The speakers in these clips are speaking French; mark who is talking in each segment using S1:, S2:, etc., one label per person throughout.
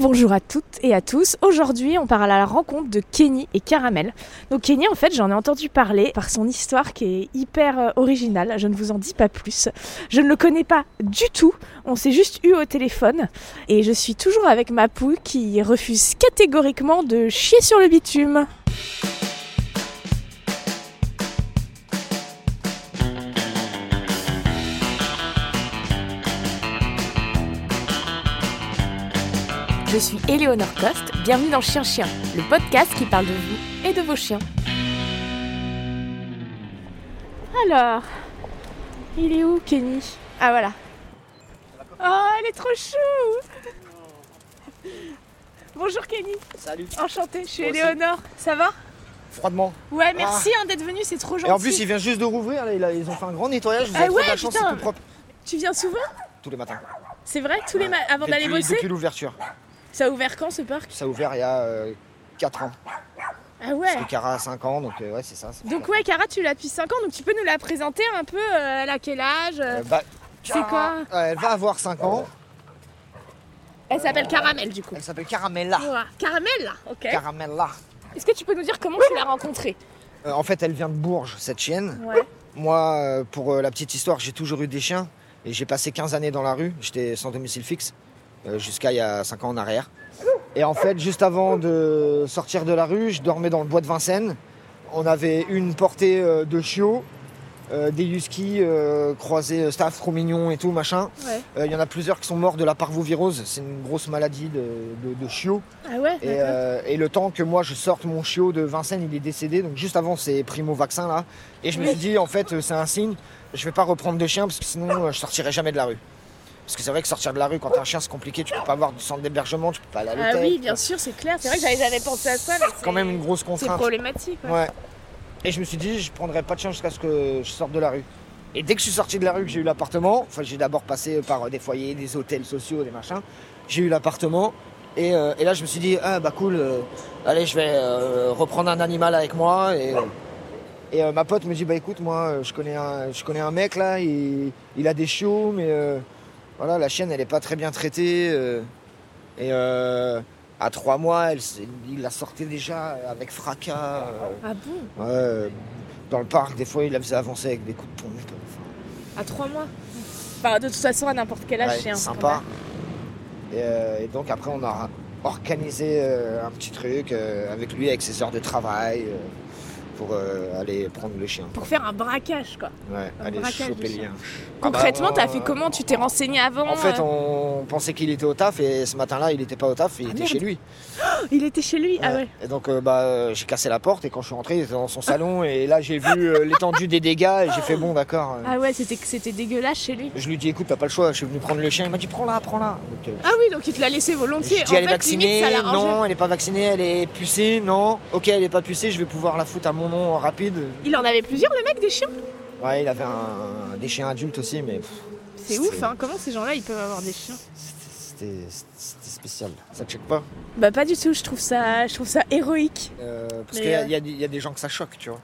S1: bonjour à toutes et à tous. Aujourd'hui, on parle à la rencontre de Kenny et Caramel. Donc Kenny, en fait, j'en ai entendu parler par son histoire qui est hyper euh, originale. Je ne vous en dis pas plus. Je ne le connais pas du tout. On s'est juste eu au téléphone et je suis toujours avec ma poule qui refuse catégoriquement de chier sur le bitume. Je suis Éléonore Coste, bienvenue dans Chien Chien, le podcast qui parle de vous et de vos chiens. Alors, il est où Kenny Ah voilà. Oh, elle est trop chou Bonjour Kenny,
S2: Salut.
S1: enchantée, je suis
S2: Moi aussi.
S1: Éléonore, ça va
S2: Froidement.
S1: Ouais, merci hein, d'être venue, c'est trop gentil.
S2: Et en plus, il vient juste de rouvrir. Là, il a- ils ont fait un grand nettoyage. Vous
S1: Ah
S2: avez trop
S1: ouais,
S2: de la chance,
S1: putain.
S2: c'est tout propre
S1: Tu viens souvent
S2: tous les matins.
S1: C'est vrai Tous bah, les ma- avant d'aller
S2: Depuis,
S1: bosser
S2: depuis l'ouverture.
S1: Ça a ouvert quand ce parc
S2: Ça a ouvert il y a 4 ans.
S1: Ah ouais
S2: Le Cara a 5 ans, donc euh, ouais, c'est ça. c'est
S1: Donc
S2: ça.
S1: ouais, Cara, tu l'as depuis 5 ans, donc tu peux nous la présenter un peu euh, Elle a quel âge euh,
S2: Euh, bah,
S1: C'est
S2: Cara,
S1: quoi
S2: euh, Elle va avoir 5 ans.
S1: Elle s'appelle Caramel du coup.
S2: Elle s'appelle Caramella.
S1: Ouah, Caramel là, ok.
S2: Caramella.
S1: Ah. Est-ce que tu peux nous dire comment tu l'as rencontrée
S2: Euh, en fait, elle vient de Bourges, cette chienne.
S1: Ouais.
S2: Moi, euh, pour euh, la petite histoire, j'ai toujours eu des chiens. Et j'ai passé 15 années dans la rue. J'étais sans domicile fixe euh, jusqu'à il y a 5 ans en arrière. Et en fait, juste avant de sortir de la rue, je dormais dans le bois de Vincennes. On avait une portée euh, de chiots, euh, des huskies euh, croisés, euh, staff trop mignons et tout, machin.
S1: Ouais.
S2: Euh, Il y en a plusieurs qui sont morts de la parvovirose. C'est une grosse maladie de, de- de chiots.
S1: Ah ouais
S2: Et,
S1: d'accord.
S2: euh, et le temps que moi je sorte mon chiot de Vincennes, il est décédé, donc juste avant ces primo-vaccins là. Et je me
S1: Oui.
S2: suis dit, en fait, euh, c'est un signe, je vais pas reprendre de chien parce que sinon euh, je sortirai jamais de la rue. Parce que c'est vrai que sortir de la rue quand t'as un chien c'est compliqué, tu peux pas avoir du centre d'hébergement, tu peux pas aller à
S1: Ah
S2: l'hôtel.
S1: oui, bien sûr, c'est clair. C'est vrai que j'avais jamais pensé à ça, mais c'est
S2: Quand même une grosse
S1: c'est
S2: contrainte.
S1: problématique. ouais.
S2: Ouais. Et je me suis dit, je prendrai pas de chien jusqu'à ce que je sorte de la rue. Et dès que je suis sorti de la rue, que j'ai eu l'appartement, enfin j'ai d'abord passé par euh, des foyers, des hôtels sociaux, des machins, j'ai eu l'appartement. Et, euh, et là, je me suis dit, ah bah cool, euh, allez, je vais euh, reprendre un animal avec moi. Et, euh, et euh, ma pote me dit, bah écoute, moi, euh, je connais un, je connais un mec là, il, il a des chiots, mais euh, voilà, la chienne, elle est pas très bien traitée. euh, et euh, à trois mois, elle, s'est- il la sortait déjà avec fracas. euh,
S1: Ah bon
S2: Ouais, euh, dans le parc, des fois, il la faisait avancer avec des coups de pompe. Enfin,
S1: À 3 mois Enfin, de toute façon, à n'importe quel âge,
S2: ouais,
S1: c'est un
S2: sympa. Et, euh, et donc, après, on a organisé euh, un petit truc euh, avec lui, avec ses heures de travail, euh, pour euh, aller prendre le chien.
S1: Pour faire un braquage, quoi.
S2: Ouais,
S1: Un
S2: aller
S1: braquage
S2: choper
S1: du
S2: le
S1: chien.
S2: lien.
S1: Concrètement,
S2: Ah bah,
S1: t'as fait
S2: euh,
S1: comment Tu t'es renseigné avant
S2: En fait,
S1: euh
S2: on pensait qu'il était au taf, et ce matin-là, il n'était pas au taf, il
S1: Ah,
S2: était
S1: merde.
S2: chez lui.
S1: Il était chez lui Ah
S2: Ouais.
S1: ouais
S2: Et donc, euh, bah, euh, j'ai cassé la porte, et quand je suis rentré, il était dans son salon, et là, j'ai vu euh, l'étendue des dégâts, et j'ai fait bon, d'accord. euh,
S1: Ah ouais, c'était c'était dégueulasse chez lui.
S2: Je lui dis écoute t'as pas le choix, je suis venu prendre le chien, il m'a dit prends-la, prends-la. Donc, euh,
S1: Ah oui, donc il te l'a laissé volontiers.
S2: je
S1: en
S2: dis elle est
S1: fait,
S2: vaccinée,
S1: limite, ça l'a arrangé.
S2: non, elle est pas vaccinée, elle est pucée, non, ok elle est pas pucée, je vais pouvoir la foutre à mon nom en rapide.
S1: Il en avait plusieurs, le mec, des chiens
S2: Ouais il avait un, des chiens adultes aussi mais pff,
S1: C'est
S2: C'est-
S1: ouf, hein. Comment ces gens-là, ils peuvent avoir des chiens
S2: c'était c'était spécial. Ça te choque pas
S1: Bah pas du tout, je trouve ça, je trouve ça héroïque.
S2: Euh, Parce
S1: Mais,
S2: qu'il y, a-
S1: euh,
S2: y a des- y a des gens que ça choque, tu vois.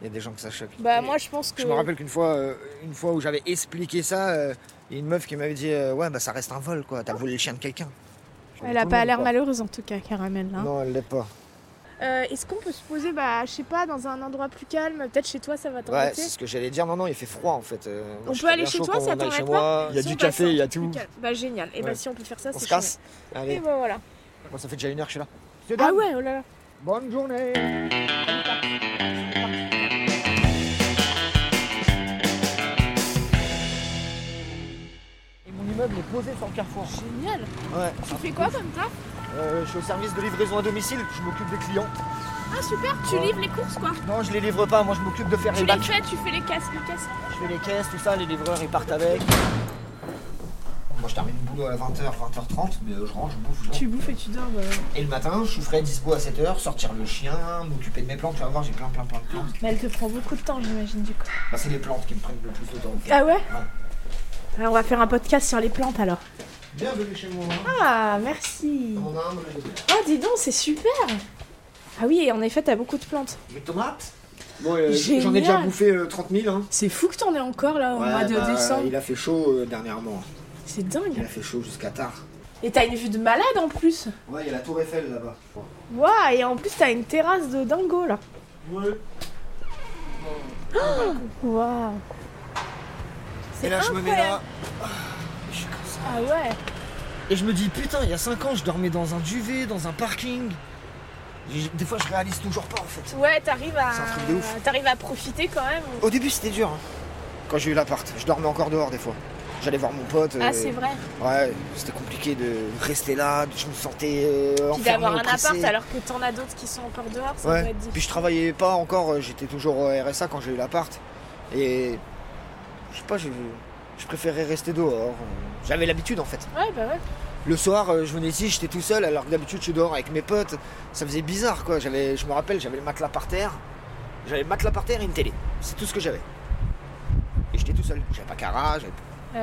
S2: Il y a des gens que ça choque.
S1: Bah
S2: Et
S1: moi, je pense que.
S2: Je me rappelle qu'une fois, euh, une fois où j'avais expliqué ça, euh, il y a une meuf qui m'avait dit euh, ouais bah ça reste un vol quoi, t'as volé le chien de quelqu'un. Je
S1: Elle
S2: dis,
S1: a
S2: Tout le
S1: pas
S2: monde,
S1: l'air
S2: quoi.
S1: malheureuse en tout cas, Caramel. hein.
S2: Non elle l'est pas.
S1: Euh, Est-ce qu'on peut se poser, bah, je sais pas, dans un endroit plus calme Peut-être chez toi, ça va
S2: Ouais,
S1: t'embêter
S2: c'est ce que j'allais dire. Non, non, il fait froid en fait. Euh, moi,
S1: On
S2: je
S1: peut
S2: serais
S1: aller
S2: bien
S1: chez
S2: chaud
S1: toi,
S2: qu'on
S1: ça
S2: aille
S1: t'embête
S2: chez moi. Il y a
S1: Si
S2: du
S1: on passe
S2: café, il y a
S1: plus
S2: tout.
S1: calme. Bah génial. Et bah
S2: Ouais.
S1: si on peut faire ça,
S2: On
S1: c'est
S2: se
S1: génial.
S2: casse.
S1: Et
S2: Allez,
S1: bah voilà.
S2: moi, ça fait déjà une heure que je suis là.
S1: Ah ouais, oh là là.
S2: Bonne journée. Et mon immeuble est posé sur le carrefour.
S1: Génial.
S2: Ouais.
S1: Tu fais quoi comme ça
S2: Euh, je suis au service de livraison à domicile. Je m'occupe des clients.
S1: Ah super, tu
S2: Ouais.
S1: livres les courses quoi.
S2: Non, je les livre pas. Moi, je m'occupe de faire
S1: Tu
S2: les
S1: les
S2: bacs.
S1: fais, tu fais les caisses, les caisses.
S2: Je fais les caisses, tout ça, les livreurs ils partent avec. Moi je termine le boulot à 20h, 20h30, mais euh, je range, je bouffe. je dors.
S1: Tu bouffes et tu dors. Bah...
S2: Et le matin, je suis frais, dispo à 7h, sortir le chien, m'occuper de mes plantes, tu vas voir, j'ai plein, plein, plein de plantes.
S1: Mais elle te prend beaucoup de temps, j'imagine du coup.
S2: Bah, c'est les plantes qui me prennent le plus de temps.
S1: Ah ouais Alors, on va faire un podcast sur les plantes alors.
S2: Bienvenue chez moi. hein.
S1: Ah, merci.
S2: Mon humble.
S1: Oh, dis donc, c'est super. Ah oui, et en effet, t'as beaucoup de plantes.
S2: Mes tomates Bon,
S1: Génial.
S2: j'en ai déjà bouffé euh, 30 000. Hein.
S1: C'est fou que t'en aies encore là au mois de
S2: bah,
S1: décembre.
S2: Il a fait chaud euh, dernièrement.
S1: C'est
S2: Il
S1: dingue.
S2: a fait chaud jusqu'à tard.
S1: Et t'as une vue de malade en plus.
S2: Ouais, il y a la Tour Eiffel là-bas.
S1: Waouh, et en plus t'as une terrasse de dingo là.
S2: Ouais.
S1: Waouh.
S2: Et là, je me mets là. Je suis comme ça.
S1: Ah ouais.
S2: Et je me dis, putain, il y a 5 ans, je dormais dans un duvet, dans un parking. J- Des fois, je réalise toujours pas en fait.
S1: Ouais, t'arrives à,
S2: C'est un truc de ouf.
S1: t'arrives à profiter quand même.
S2: Au début, c'était dur. hein. Quand j'ai eu l'appart, je dormais encore dehors des fois. J'allais voir mon pote. euh,
S1: Ah, c'est vrai.
S2: Ouais, c'était compliqué de rester là. Je me sentais euh,
S1: Puis
S2: enfermé,
S1: d'avoir un appart
S2: oppressé.
S1: alors que t'en as d'autres qui sont encore dehors, ça
S2: Ouais.
S1: doit être difficile.
S2: Puis je travaillais pas encore, euh, j'étais toujours au RSA quand j'ai eu l'appart. Et je sais pas, je, je préférais rester dehors. J'avais l'habitude en fait.
S1: Ouais, bah ouais.
S2: Le soir, euh, je venais ici, j'étais tout seul, alors que d'habitude je suis dehors avec mes potes. Ça faisait bizarre quoi. J'avais, je me rappelle, j'avais le matelas par terre. J'avais le matelas par terre et une télé. C'est tout ce que j'avais. Et j'étais tout seul. J'avais pas Cara, j'avais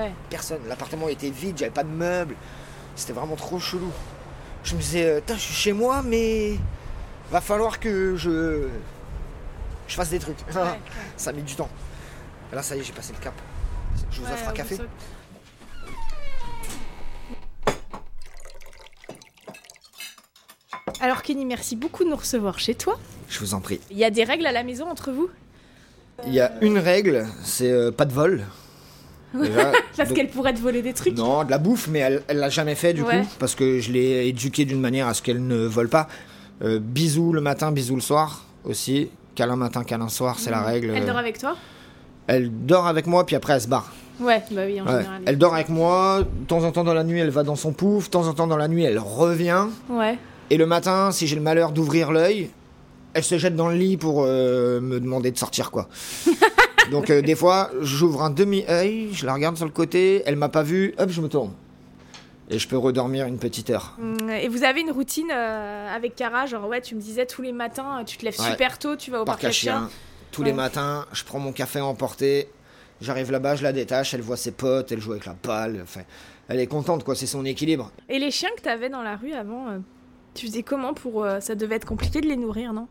S1: Ouais.
S2: personne. L'appartement était vide, j'avais pas de meubles. C'était vraiment trop chelou. Je me disais, euh, Tain, je suis chez moi, mais va falloir que je, je fasse des trucs.
S1: ouais,
S2: ça met du temps. Là, ça y est, j'ai passé le cap. Je vous
S1: ouais,
S2: offre un
S1: au
S2: café.
S1: boussole. Alors Kenny, merci beaucoup de nous recevoir chez toi.
S2: Je vous en prie.
S1: Il y a des règles à la maison entre vous
S2: Il y a une règle, c'est euh, pas de vol. Déjà,
S1: Parce
S2: donc-
S1: qu'elle pourrait te voler des trucs.
S2: Non, de la bouffe, mais elle, elle l'a jamais fait du
S1: Ouais.
S2: coup, parce que je l'ai éduquée d'une manière à ce qu'elle ne vole pas. Euh, bisous le matin, bisous le soir aussi. Câlin matin, câlin soir, c'est la règle.
S1: Mmh. Elle dort avec toi
S2: Elle dort avec moi, puis après elle se barre.
S1: Ouais, bah oui, en
S2: Ouais.
S1: général.
S2: Elle dort avec moi, de temps en temps dans la nuit elle va dans son pouf, de temps en temps dans la nuit elle revient.
S1: Ouais.
S2: Et le matin, si j'ai le malheur d'ouvrir l'œil, elle se jette dans le lit pour euh, me demander de sortir, quoi. Donc euh, des fois, j'ouvre un demi-œil, je la regarde sur le côté, elle m'a pas vu, hop, je me tourne. Et je peux redormir une petite heure.
S1: Mm, Et vous avez une routine euh, avec Cara, genre ouais, tu me disais tous les matins, euh, tu te lèves
S2: Ouais.
S1: super tôt, tu vas au
S2: Parc à chiens, tous les
S1: Ouais.
S2: matins, je prends mon café à emporter, j'arrive là-bas, je la détache, elle voit ses potes, elle joue avec la balle, enfin, elle est contente, quoi, c'est son équilibre.
S1: Et les chiens que t'avais dans la rue avant, euh, tu faisais comment pour... euh, ça devait être compliqué de les nourrir, non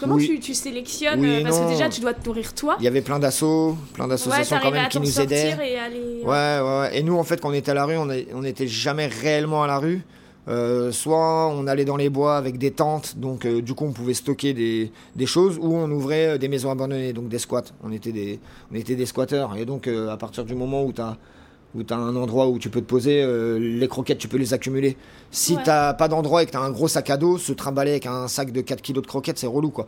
S1: Comment
S2: Oui.
S1: tu, tu sélectionnes
S2: Oui,
S1: euh, Parce
S2: non.
S1: que déjà, tu dois te nourrir toi.
S2: Il y avait plein d'assauts, plein
S1: Ouais,
S2: d'associations quand
S1: t'arrivais
S2: même
S1: à
S2: qui
S1: t'en
S2: nous aidaient.
S1: sortir et euh, à les...
S2: Ouais, ouais, ouais. Et nous, en fait, quand on était à la rue, on est- on n'était jamais réellement à la rue. Euh, soit on allait dans les bois avec des tentes, donc euh, du coup on pouvait stocker des, des choses, ou on ouvrait euh, des maisons abandonnées, donc des squats. On était des, on était des squatteurs. Et donc euh, à partir du moment où t'as où t'as un endroit où tu peux te poser, euh, les croquettes tu peux les accumuler. Si
S1: Ouais.
S2: t'as pas d'endroit et que t'as un gros sac à dos, se trimballer avec un sac de 4 kilos de croquettes c'est relou quoi.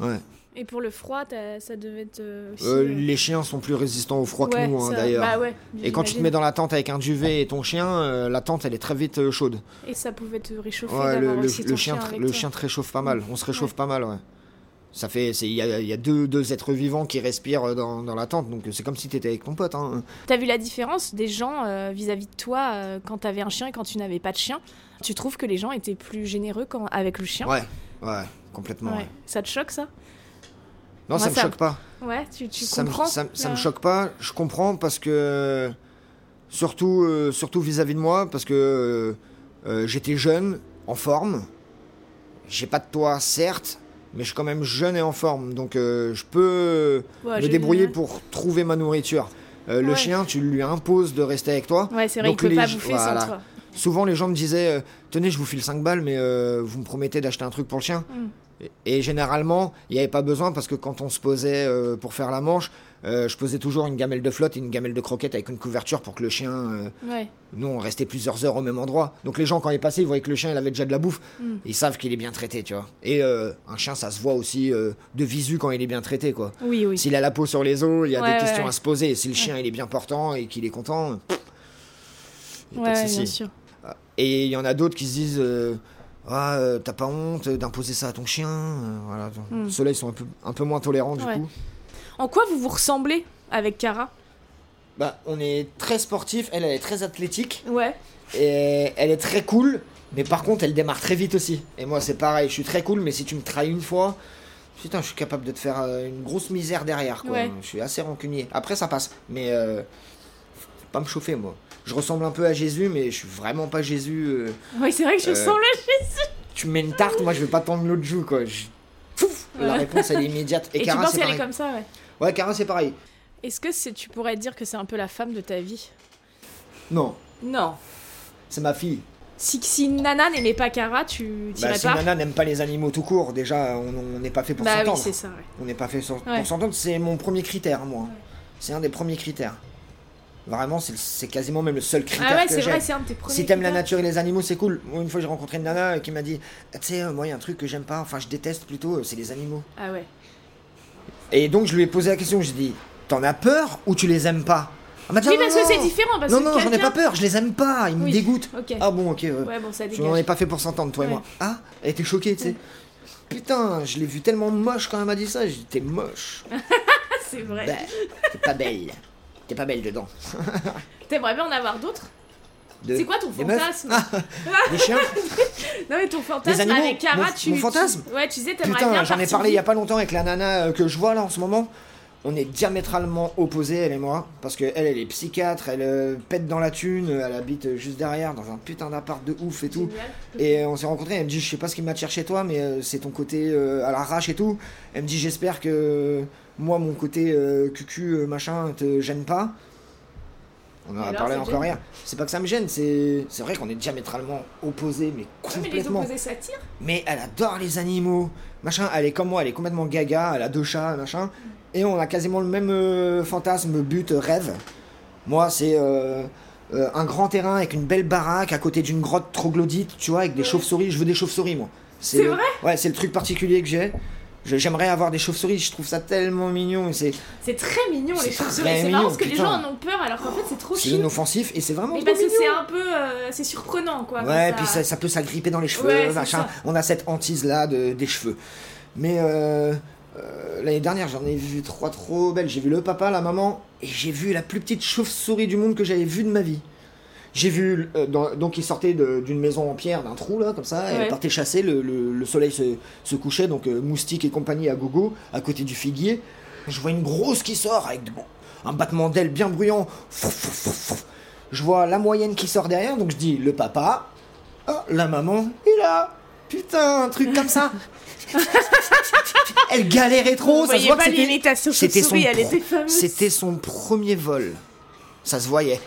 S1: Ouais.
S2: Ouais.
S1: Et pour le froid, t'as- ça devait être euh, aussi... euh,
S2: Euh, les chiens sont plus résistants au froid
S1: ouais,
S2: que nous hein,
S1: ça-
S2: d'ailleurs.
S1: bah ouais,
S2: Et quand tu te
S1: j'imagine.
S2: mets dans la tente avec un duvet et ton chien, euh, la tente elle est très vite euh, chaude.
S1: Et ça pouvait te réchauffer
S2: Ouais, le,
S1: d'avoir
S2: le-
S1: aussi
S2: le
S1: ton
S2: chien,
S1: chien
S2: tr-
S1: avec
S2: le
S1: toi.
S2: chien te réchauffe pas mal, on se réchauffe
S1: Ouais.
S2: pas mal, ouais. Ça fait, c'est- il y a, il y a deux, deux êtres vivants qui respirent euh, dans, dans la tente, donc euh, c'est comme si t'étais avec ton pote. Hein.
S1: T'as vu la différence des gens euh, vis-à-vis de toi euh, quand t'avais un chien et quand tu n'avais pas de chien Tu trouves que les gens étaient plus généreux quand- avec le chien
S2: Ouais, ouais, complètement.
S1: Ouais.
S2: ouais.
S1: Ça te choque ça
S2: Non,
S1: Moi,
S2: ça me
S1: ça-
S2: choque pas.
S1: Ouais, tu, tu
S2: ça, me-
S1: comprends
S2: ça, ça me
S1: là
S2: choque pas, je comprends parce que surtout euh, surtout vis-à-vis de moi parce que euh, j'étais jeune, en forme. J'ai pas de toit certes, mais je suis quand même jeune et en forme donc euh, je peux
S1: Ouais,
S2: me
S1: j'ai-
S2: débrouiller pour trouver ma nourriture. Euh, Le
S1: Ouais.
S2: chien, tu lui imposes de rester avec toi.
S1: Ouais, c'est vrai,
S2: Donc
S1: il peut
S2: les
S1: pas
S2: gens-
S1: bouffer
S2: voilà.
S1: sans toi.
S2: Souvent, les gens me disaient euh, Tenez, je vous file 5 balles, mais euh, vous me promettez d'acheter un truc pour le chien.
S1: Mm.
S2: Et- Et généralement, il n'y avait pas besoin parce que quand on se posait euh, pour faire la manche, euh, je posais toujours une gamelle de flotte et une gamelle de croquette avec une couverture pour que le chien. euh,
S1: Ouais.
S2: nous, on restait plusieurs heures au même endroit. Donc les gens, quand ils passaient, ils voyaient que le chien, il avait déjà de la bouffe.
S1: Mm.
S2: Ils savent qu'il est bien traité, tu vois. Et euh, un chien, ça se voit aussi euh, de visu quand il est bien traité, quoi.
S1: Oui, oui.
S2: S'il a la peau sur les os, il y a
S1: Ouais,
S2: des
S1: ouais,
S2: questions
S1: ouais.
S2: à se poser. Et si le chien, il est bien portant et qu'il est content. pff, il y a
S1: Ouais,
S2: pas de
S1: ouais,
S2: souci.
S1: bien sûr.
S2: Et il y en a d'autres qui se disent euh, Ah, euh, t'as pas honte d'imposer ça à ton chien euh, voilà.
S1: Mm.
S2: Ceux-là, ils sont un peu, un peu moins tolérants du
S1: Ouais.
S2: coup.
S1: En quoi vous vous ressemblez avec Cara
S2: Bah, on est très sportif, elle, elle est très athlétique,
S1: Ouais.
S2: et elle est très cool, mais par contre, elle démarre très vite aussi. Et moi, c'est pareil, je suis très cool, mais si tu me trahis une fois, putain, je suis capable de te faire euh, une grosse misère derrière. Quoi.
S1: Ouais.
S2: Je suis assez rancunier. Après, ça passe, mais euh, faut pas me chauffer, moi. Je ressemble un peu à Jésus, mais je suis vraiment pas Jésus. euh,
S1: Oui, c'est vrai que je
S2: Euh,
S1: ressemble à
S2: tu mets une tarte, moi je vais pas tendre l'autre joue quoi. Je- Pouf La
S1: Ouais.
S2: réponse elle est immédiate.
S1: Et,
S2: Et,
S1: tu
S2: Cara
S1: penses
S2: c'est
S1: qu'elle est
S2: pareil.
S1: comme ça, ouais.
S2: Ouais, Cara c'est pareil.
S1: Est-ce que c'est- tu pourrais dire que c'est un peu la femme de ta vie
S2: Non,
S1: Non.
S2: C'est ma fille.
S1: Si, si Nana n'aimait pas Kara, tu
S2: Bah,
S1: t'irais
S2: si
S1: pas
S2: Nana n'aime pas les animaux tout court, déjà, on on n'est pas fait pour
S1: Bah oui,
S2: s'entendre.
S1: c'est ça, ouais.
S2: on n'est pas fait sans- pour
S1: Ouais.
S2: s'entendre, c'est mon premier critère, moi. C'est un des premiers critères. Vraiment, c'est- c'est quasiment même le seul critère
S1: Ah ouais,
S2: que
S1: c'est
S2: j'ai.
S1: vrai, c'est un de tes premiers.
S2: Si t'aimes la
S1: critères.
S2: nature et les animaux, c'est cool. Moi, une fois, j'ai rencontré une nana euh, qui m'a dit Tu sais, euh, moi, il y a un truc que j'aime pas, enfin, je déteste plutôt, euh, c'est les animaux.
S1: Ah ouais.
S2: Et donc, je lui ai posé la question J'ai dit T'en as peur ou tu les aimes pas Elle m'a dit,
S1: Oui,
S2: Ah,
S1: parce
S2: non,
S1: que c'est
S2: non.
S1: différent. Parce
S2: Non,
S1: que
S2: non, j'en ai
S1: quelqu'un-
S2: pas peur, je les aime pas, ils me
S1: Oui.
S2: dégoûtent.
S1: Ok.
S2: Ah bon, ok. euh,
S1: Ouais, bon, ça
S2: on
S1: dégage.
S2: n'est pas fait pour s'entendre, toi et
S1: Ouais.
S2: moi. Ah, elle était choquée, tu sais. Putain, je l'ai vue tellement moche quand elle m'a dit ça. J'ai dit, t'es moche.
S1: C'est vrai.
S2: Bah, t'es pas belle. T'es pas belle dedans.
S1: T'aimerais bien en avoir d'autres
S2: De-
S1: C'est quoi ton
S2: des Euh, meufs
S1: fantasme
S2: Des chiens
S1: Non, mais ton fantasme
S2: animaux,
S1: avec Kara,
S2: mon-
S1: tu.
S2: mon
S1: tu-
S2: fantasme
S1: Ouais, tu disais, t'aimerais bien.
S2: Putain, j'en ai
S1: partir
S2: parlé il y a
S1: vivre.
S2: pas longtemps avec la nana euh, que je vois là en ce moment. On est diamétralement opposés, elle et moi. Parce que elle, elle est psychiatre, elle euh, pète dans la thune, elle habite euh, juste derrière dans un putain d'appart de ouf et tout.
S1: Génial.
S2: Et on s'est rencontrés, elle me dit je sais pas ce qui m'attire chez toi mais euh, c'est ton côté euh, à l'arrache et tout. Elle me dit j'espère que euh, moi mon côté euh, cucu euh, machin te gêne pas.
S1: Et
S2: On en a
S1: alors,
S2: parlé
S1: ça te
S2: encore
S1: gêne
S2: hier. C'est pas que ça me gêne, c'est c'est vrai qu'on est diamétralement opposés mais
S1: Ouais, mais les
S2: complètement.
S1: opposés s'attirent.
S2: Mais elle adore les animaux, machin, elle est comme moi, elle est complètement gaga, elle a deux chats, machin. Et on a quasiment le même euh, fantasme, but, euh, rêve. Moi, c'est euh, euh, un grand terrain avec une belle baraque à côté d'une grotte troglodyte, tu vois, avec des
S1: Ouais.
S2: chauves-souris. Je veux des chauves-souris, moi.
S1: C'est
S2: le-
S1: vrai
S2: Ouais, c'est le truc particulier que j'ai. Je- J'aimerais avoir des chauves-souris, je trouve ça tellement mignon. et C'est
S1: C'est très mignon,
S2: C'est
S1: les chauves-souris.
S2: très
S1: C'est marrant
S2: mignon,
S1: parce que les
S2: putain.
S1: gens en ont peur alors qu'en fait, c'est trop
S2: c'est
S1: chiant.
S2: inoffensif et c'est vraiment
S1: Mais
S2: trop
S1: parce que
S2: mignon.
S1: c'est un peu. euh, C'est surprenant, quoi.
S2: Ouais,
S1: quand
S2: puis ça, ça peut s'agripper dans les cheveux,
S1: Ouais, c'est
S2: machin.
S1: ça.
S2: On a cette hantise là de, des cheveux. Mais euh, euh, l'année dernière, j'en ai vu trois trop belles. J'ai vu le papa, la maman, et j'ai vu la plus petite chauve-souris du monde que j'avais vue de ma vie. J'ai vu, euh, dans- donc il sortait de- d'une maison en pierre, d'un trou là, comme ça, et
S1: Ouais.
S2: il partait chasser, le, le- le soleil se, se couchait, donc euh, moustique et compagnie à gogo, à côté du figuier. Je vois une grosse qui sort avec de- un battement d'ailes bien bruyant. Fouf, fouf, fouf, fouf. Je vois la moyenne qui sort derrière, donc je dis le papa, oh, la maman, et là, putain, un truc comme ça. Elle galérait trop,
S1: Vous
S2: ça
S1: voyez
S2: se voit que
S1: pas
S2: c'était
S1: l'imitation
S2: c'était
S1: chauve-souris,
S2: son
S1: elle était
S2: pro-
S1: fameuse.
S2: c'était son premier vol. Ça se voyait.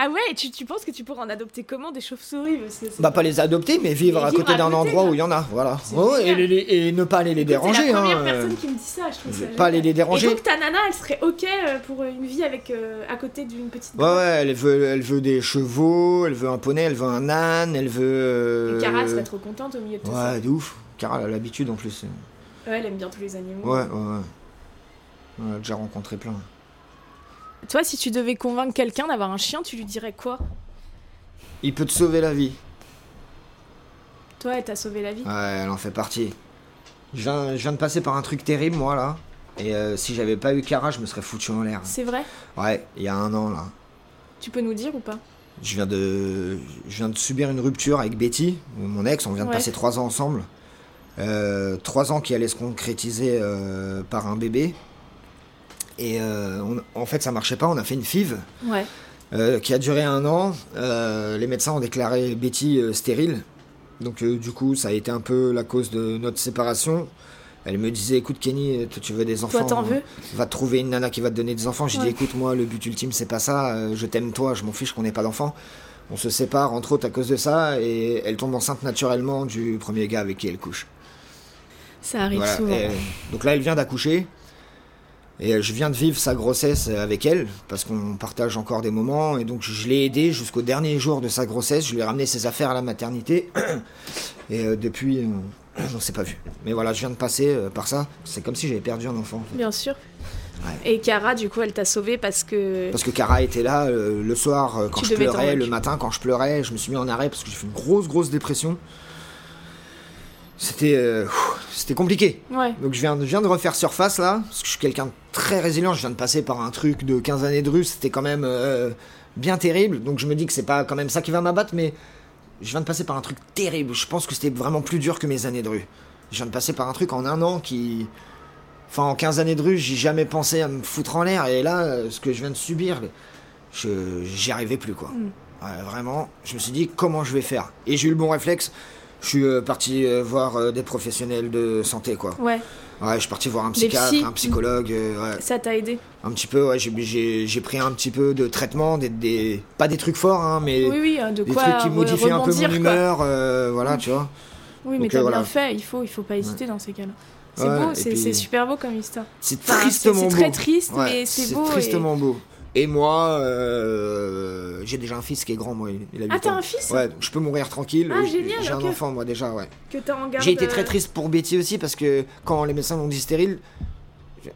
S1: Ah ouais, et tu, tu penses que tu pourras en adopter comment des chauves-souris parce que c'est-
S2: Bah pas les adopter, mais vivre
S1: Mais
S2: à
S1: vivre
S2: côté
S1: à
S2: d'un
S1: côté,
S2: endroit
S1: quoi.
S2: où il y en a, voilà.
S1: C'est
S2: Ouais, et,
S1: génial.
S2: les- les- et ne pas aller les
S1: C'est
S2: déranger.
S1: la première
S2: hein,
S1: personne
S2: euh,
S1: qui me dit ça, je trouve ça.
S2: pas
S1: génial.
S2: aller les
S1: Et
S2: déranger.
S1: donc ta nana, elle serait ok euh, pour une vie avec euh, à côté d'une petite.
S2: Ouais, ouais, elle veut, elle veut des chevaux, elle veut un poney, elle veut un âne, elle veut. euh,
S1: Et Cara serait trop contente au milieu de tout ça. Mm.
S2: Ouais, de ouf. Cara, elle a l'habitude en plus.
S1: Ouais, elle aime bien tous les animaux.
S2: Ouais, ouais, ouais. On a déjà rencontré plein.
S1: Toi, si tu devais convaincre quelqu'un d'avoir un chien, tu lui dirais quoi
S2: Il peut te sauver la vie.
S1: Toi, elle t'a sauvé la vie.
S2: Ouais, elle en fait partie. Je viens, je viens de passer par un truc terrible, moi, là. Et euh, si j'avais pas eu Cara, je me serais foutu en l'air.
S1: C'est vrai
S2: Ouais, il y a un an, là.
S1: Tu peux nous dire ou pas
S2: Je viens de, je viens de subir une rupture avec Betty, mon ex. On vient de
S1: Ouais.
S2: passer trois ans ensemble. Euh, trois ans qui allaient se concrétiser euh, par un bébé. Et euh, on- en fait, ça marchait pas. On a fait une FIV
S1: Ouais.
S2: euh, qui a duré un an. Euh, les médecins ont déclaré Betty euh, stérile. Donc, euh, du coup, ça a été un peu la cause de notre séparation. Elle me disait, écoute Kenny, toi, tu veux des enfants hein.
S1: Toi, t'en veux
S2: va te trouver une nana qui va te donner des enfants. J'ai
S1: Ouais.
S2: dit, écoute, moi, le but ultime, c'est pas ça. Euh, je t'aime, toi, je m'en fiche qu'on n'ait pas d'enfants. On se sépare, entre autres, à cause de ça, et elle tombe enceinte naturellement du premier gars avec qui elle couche.
S1: Ça arrive
S2: Voilà.
S1: souvent.
S2: Et, euh, donc là, elle vient d'accoucher. Et euh, je viens de vivre sa grossesse euh, avec elle, parce qu'on partage encore des moments. Et donc, je l'ai aidée jusqu'au dernier jour de sa grossesse. Je lui ai ramené ses affaires à la maternité. Et euh, depuis, euh, on s'est pas vu. Mais voilà, je viens de passer euh, par ça. C'est comme si j'avais perdu un enfant.
S1: Bien sûr.
S2: Ouais.
S1: Et Cara, du coup, elle t'a sauvé parce que.
S2: Parce que Cara était là euh, le soir euh, quand
S1: Tu
S2: je
S1: devais t'en
S2: pleurais, le
S1: occuper.
S2: matin quand je pleurais, je me suis mis en arrêt parce que j'ai fait une grosse grosse dépression. C'était euh, pff, c'était compliqué.
S1: Ouais.
S2: Donc je viens, de- je viens de refaire surface là, parce que je suis quelqu'un de très résilient, je viens de passer par un truc de 15 années de russe, c'était quand même euh, bien terrible, donc je me dis que c'est pas quand même ça qui va m'abattre, mais je viens de passer par un truc terrible, je pense que c'était vraiment plus dur que mes années de rue. Je viens de passer par un truc en un an qui... Enfin en 15 années de rue, j'ai jamais pensé à me foutre en l'air, et là, euh, ce que je viens de subir, je- j'y arrivais plus quoi. Ouais, vraiment, je me suis dit comment je vais faire. Et j'ai eu le bon réflexe, je suis euh, parti euh, voir euh, des professionnels de santé quoi.
S1: Ouais.
S2: Ouais, je suis parti voir un
S1: Des
S2: psychiatre,
S1: psys.
S2: un psychologue, euh, ouais.
S1: Ça t'a aidé
S2: un petit peu. Ouais, j'ai- j'ai j'ai pris un petit peu de traitement, des, des- pas des trucs forts, hein, mais
S1: Oui, oui, euh, de
S2: des
S1: quoi
S2: trucs qui
S1: re-
S2: modifient un peu
S1: rebondir,
S2: mon
S1: quoi.
S2: humeur, euh, voilà, tu vois.
S1: Oui, mais
S2: Donc,
S1: t'as
S2: euh, voilà.
S1: bien fait, il faut, il faut pas hésiter dans ces cas-là. C'est
S2: Ouais,
S1: beau,
S2: et
S1: c'est
S2: puis-
S1: c'est super beau comme histoire.
S2: C'est
S1: Enfin, c'est-
S2: tristement
S1: C'est
S2: beau.
S1: très triste,
S2: Ouais,
S1: mais c'est beau. et-
S2: tristement beau. Et moi, euh, j'ai déjà un fils qui est grand, moi, il il a 8
S1: Ah, t'as
S2: ans.
S1: un fils
S2: Ouais, donc je peux mourir tranquille.
S1: Ah,
S2: J'ai-
S1: génial,
S2: J'ai
S1: ok.
S2: un enfant, moi, déjà, ouais.
S1: que t'as en garde.
S2: J'ai été très
S1: euh,
S2: triste pour Betty aussi parce que quand les médecins m'ont dit stérile, je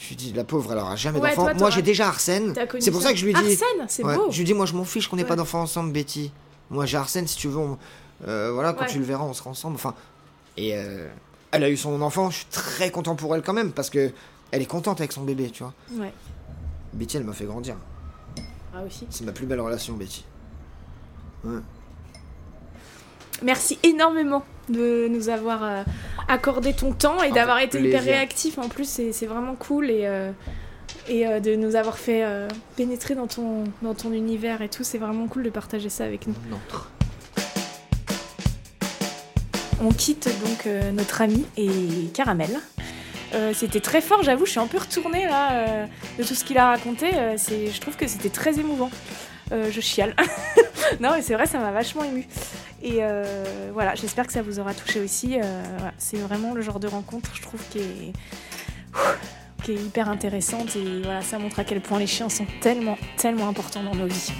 S2: je lui dis la pauvre, elle aura jamais
S1: Ouais,
S2: d'enfant.
S1: toi,
S2: Moi
S1: t'auras-
S2: j'ai déjà Arsène.
S1: t'as connu
S2: C'est pour ça que je lui dis.
S1: Arsène, c'est
S2: Ouais,
S1: beau.
S2: Je lui dis moi je m'en fiche qu'on n'ait
S1: Ouais.
S2: pas d'enfant ensemble, Betty. Moi j'ai Arsène si tu veux. on- euh, voilà, quand
S1: Ouais.
S2: tu le verras, on sera ensemble. Enfin, et euh, elle a eu son enfant. Je suis très content pour elle quand même parce que elle est contente avec son bébé, tu vois.
S1: Ouais.
S2: Betty, elle m'a fait grandir.
S1: Ah aussi.
S2: C'est ma plus belle relation, Betty. Ouais.
S1: Merci énormément de nous avoir euh, accordé ton temps et
S2: Avec
S1: d'avoir été hyper
S2: plaisir.
S1: réactif. En plus, c'est c'est vraiment cool et, euh, et euh, de nous avoir fait euh, pénétrer dans ton, dans ton univers et tout. C'est vraiment cool de partager ça avec nous.
S2: Non.
S1: On quitte donc euh, notre ami et Caramel. Euh, c'était très fort, j'avoue, je suis un peu retournée là euh, de tout ce qu'il a raconté. Euh, c'est- je trouve que c'était très émouvant. Euh, je chiale. non, mais c'est vrai, ça m'a vachement émue. Et euh, voilà, j'espère que ça vous aura touché aussi. Euh, voilà, c'est vraiment le genre de rencontre, je trouve, qui est, qui est hyper intéressante. Et voilà, ça montre à quel point les chiens sont tellement, tellement importants dans nos vies.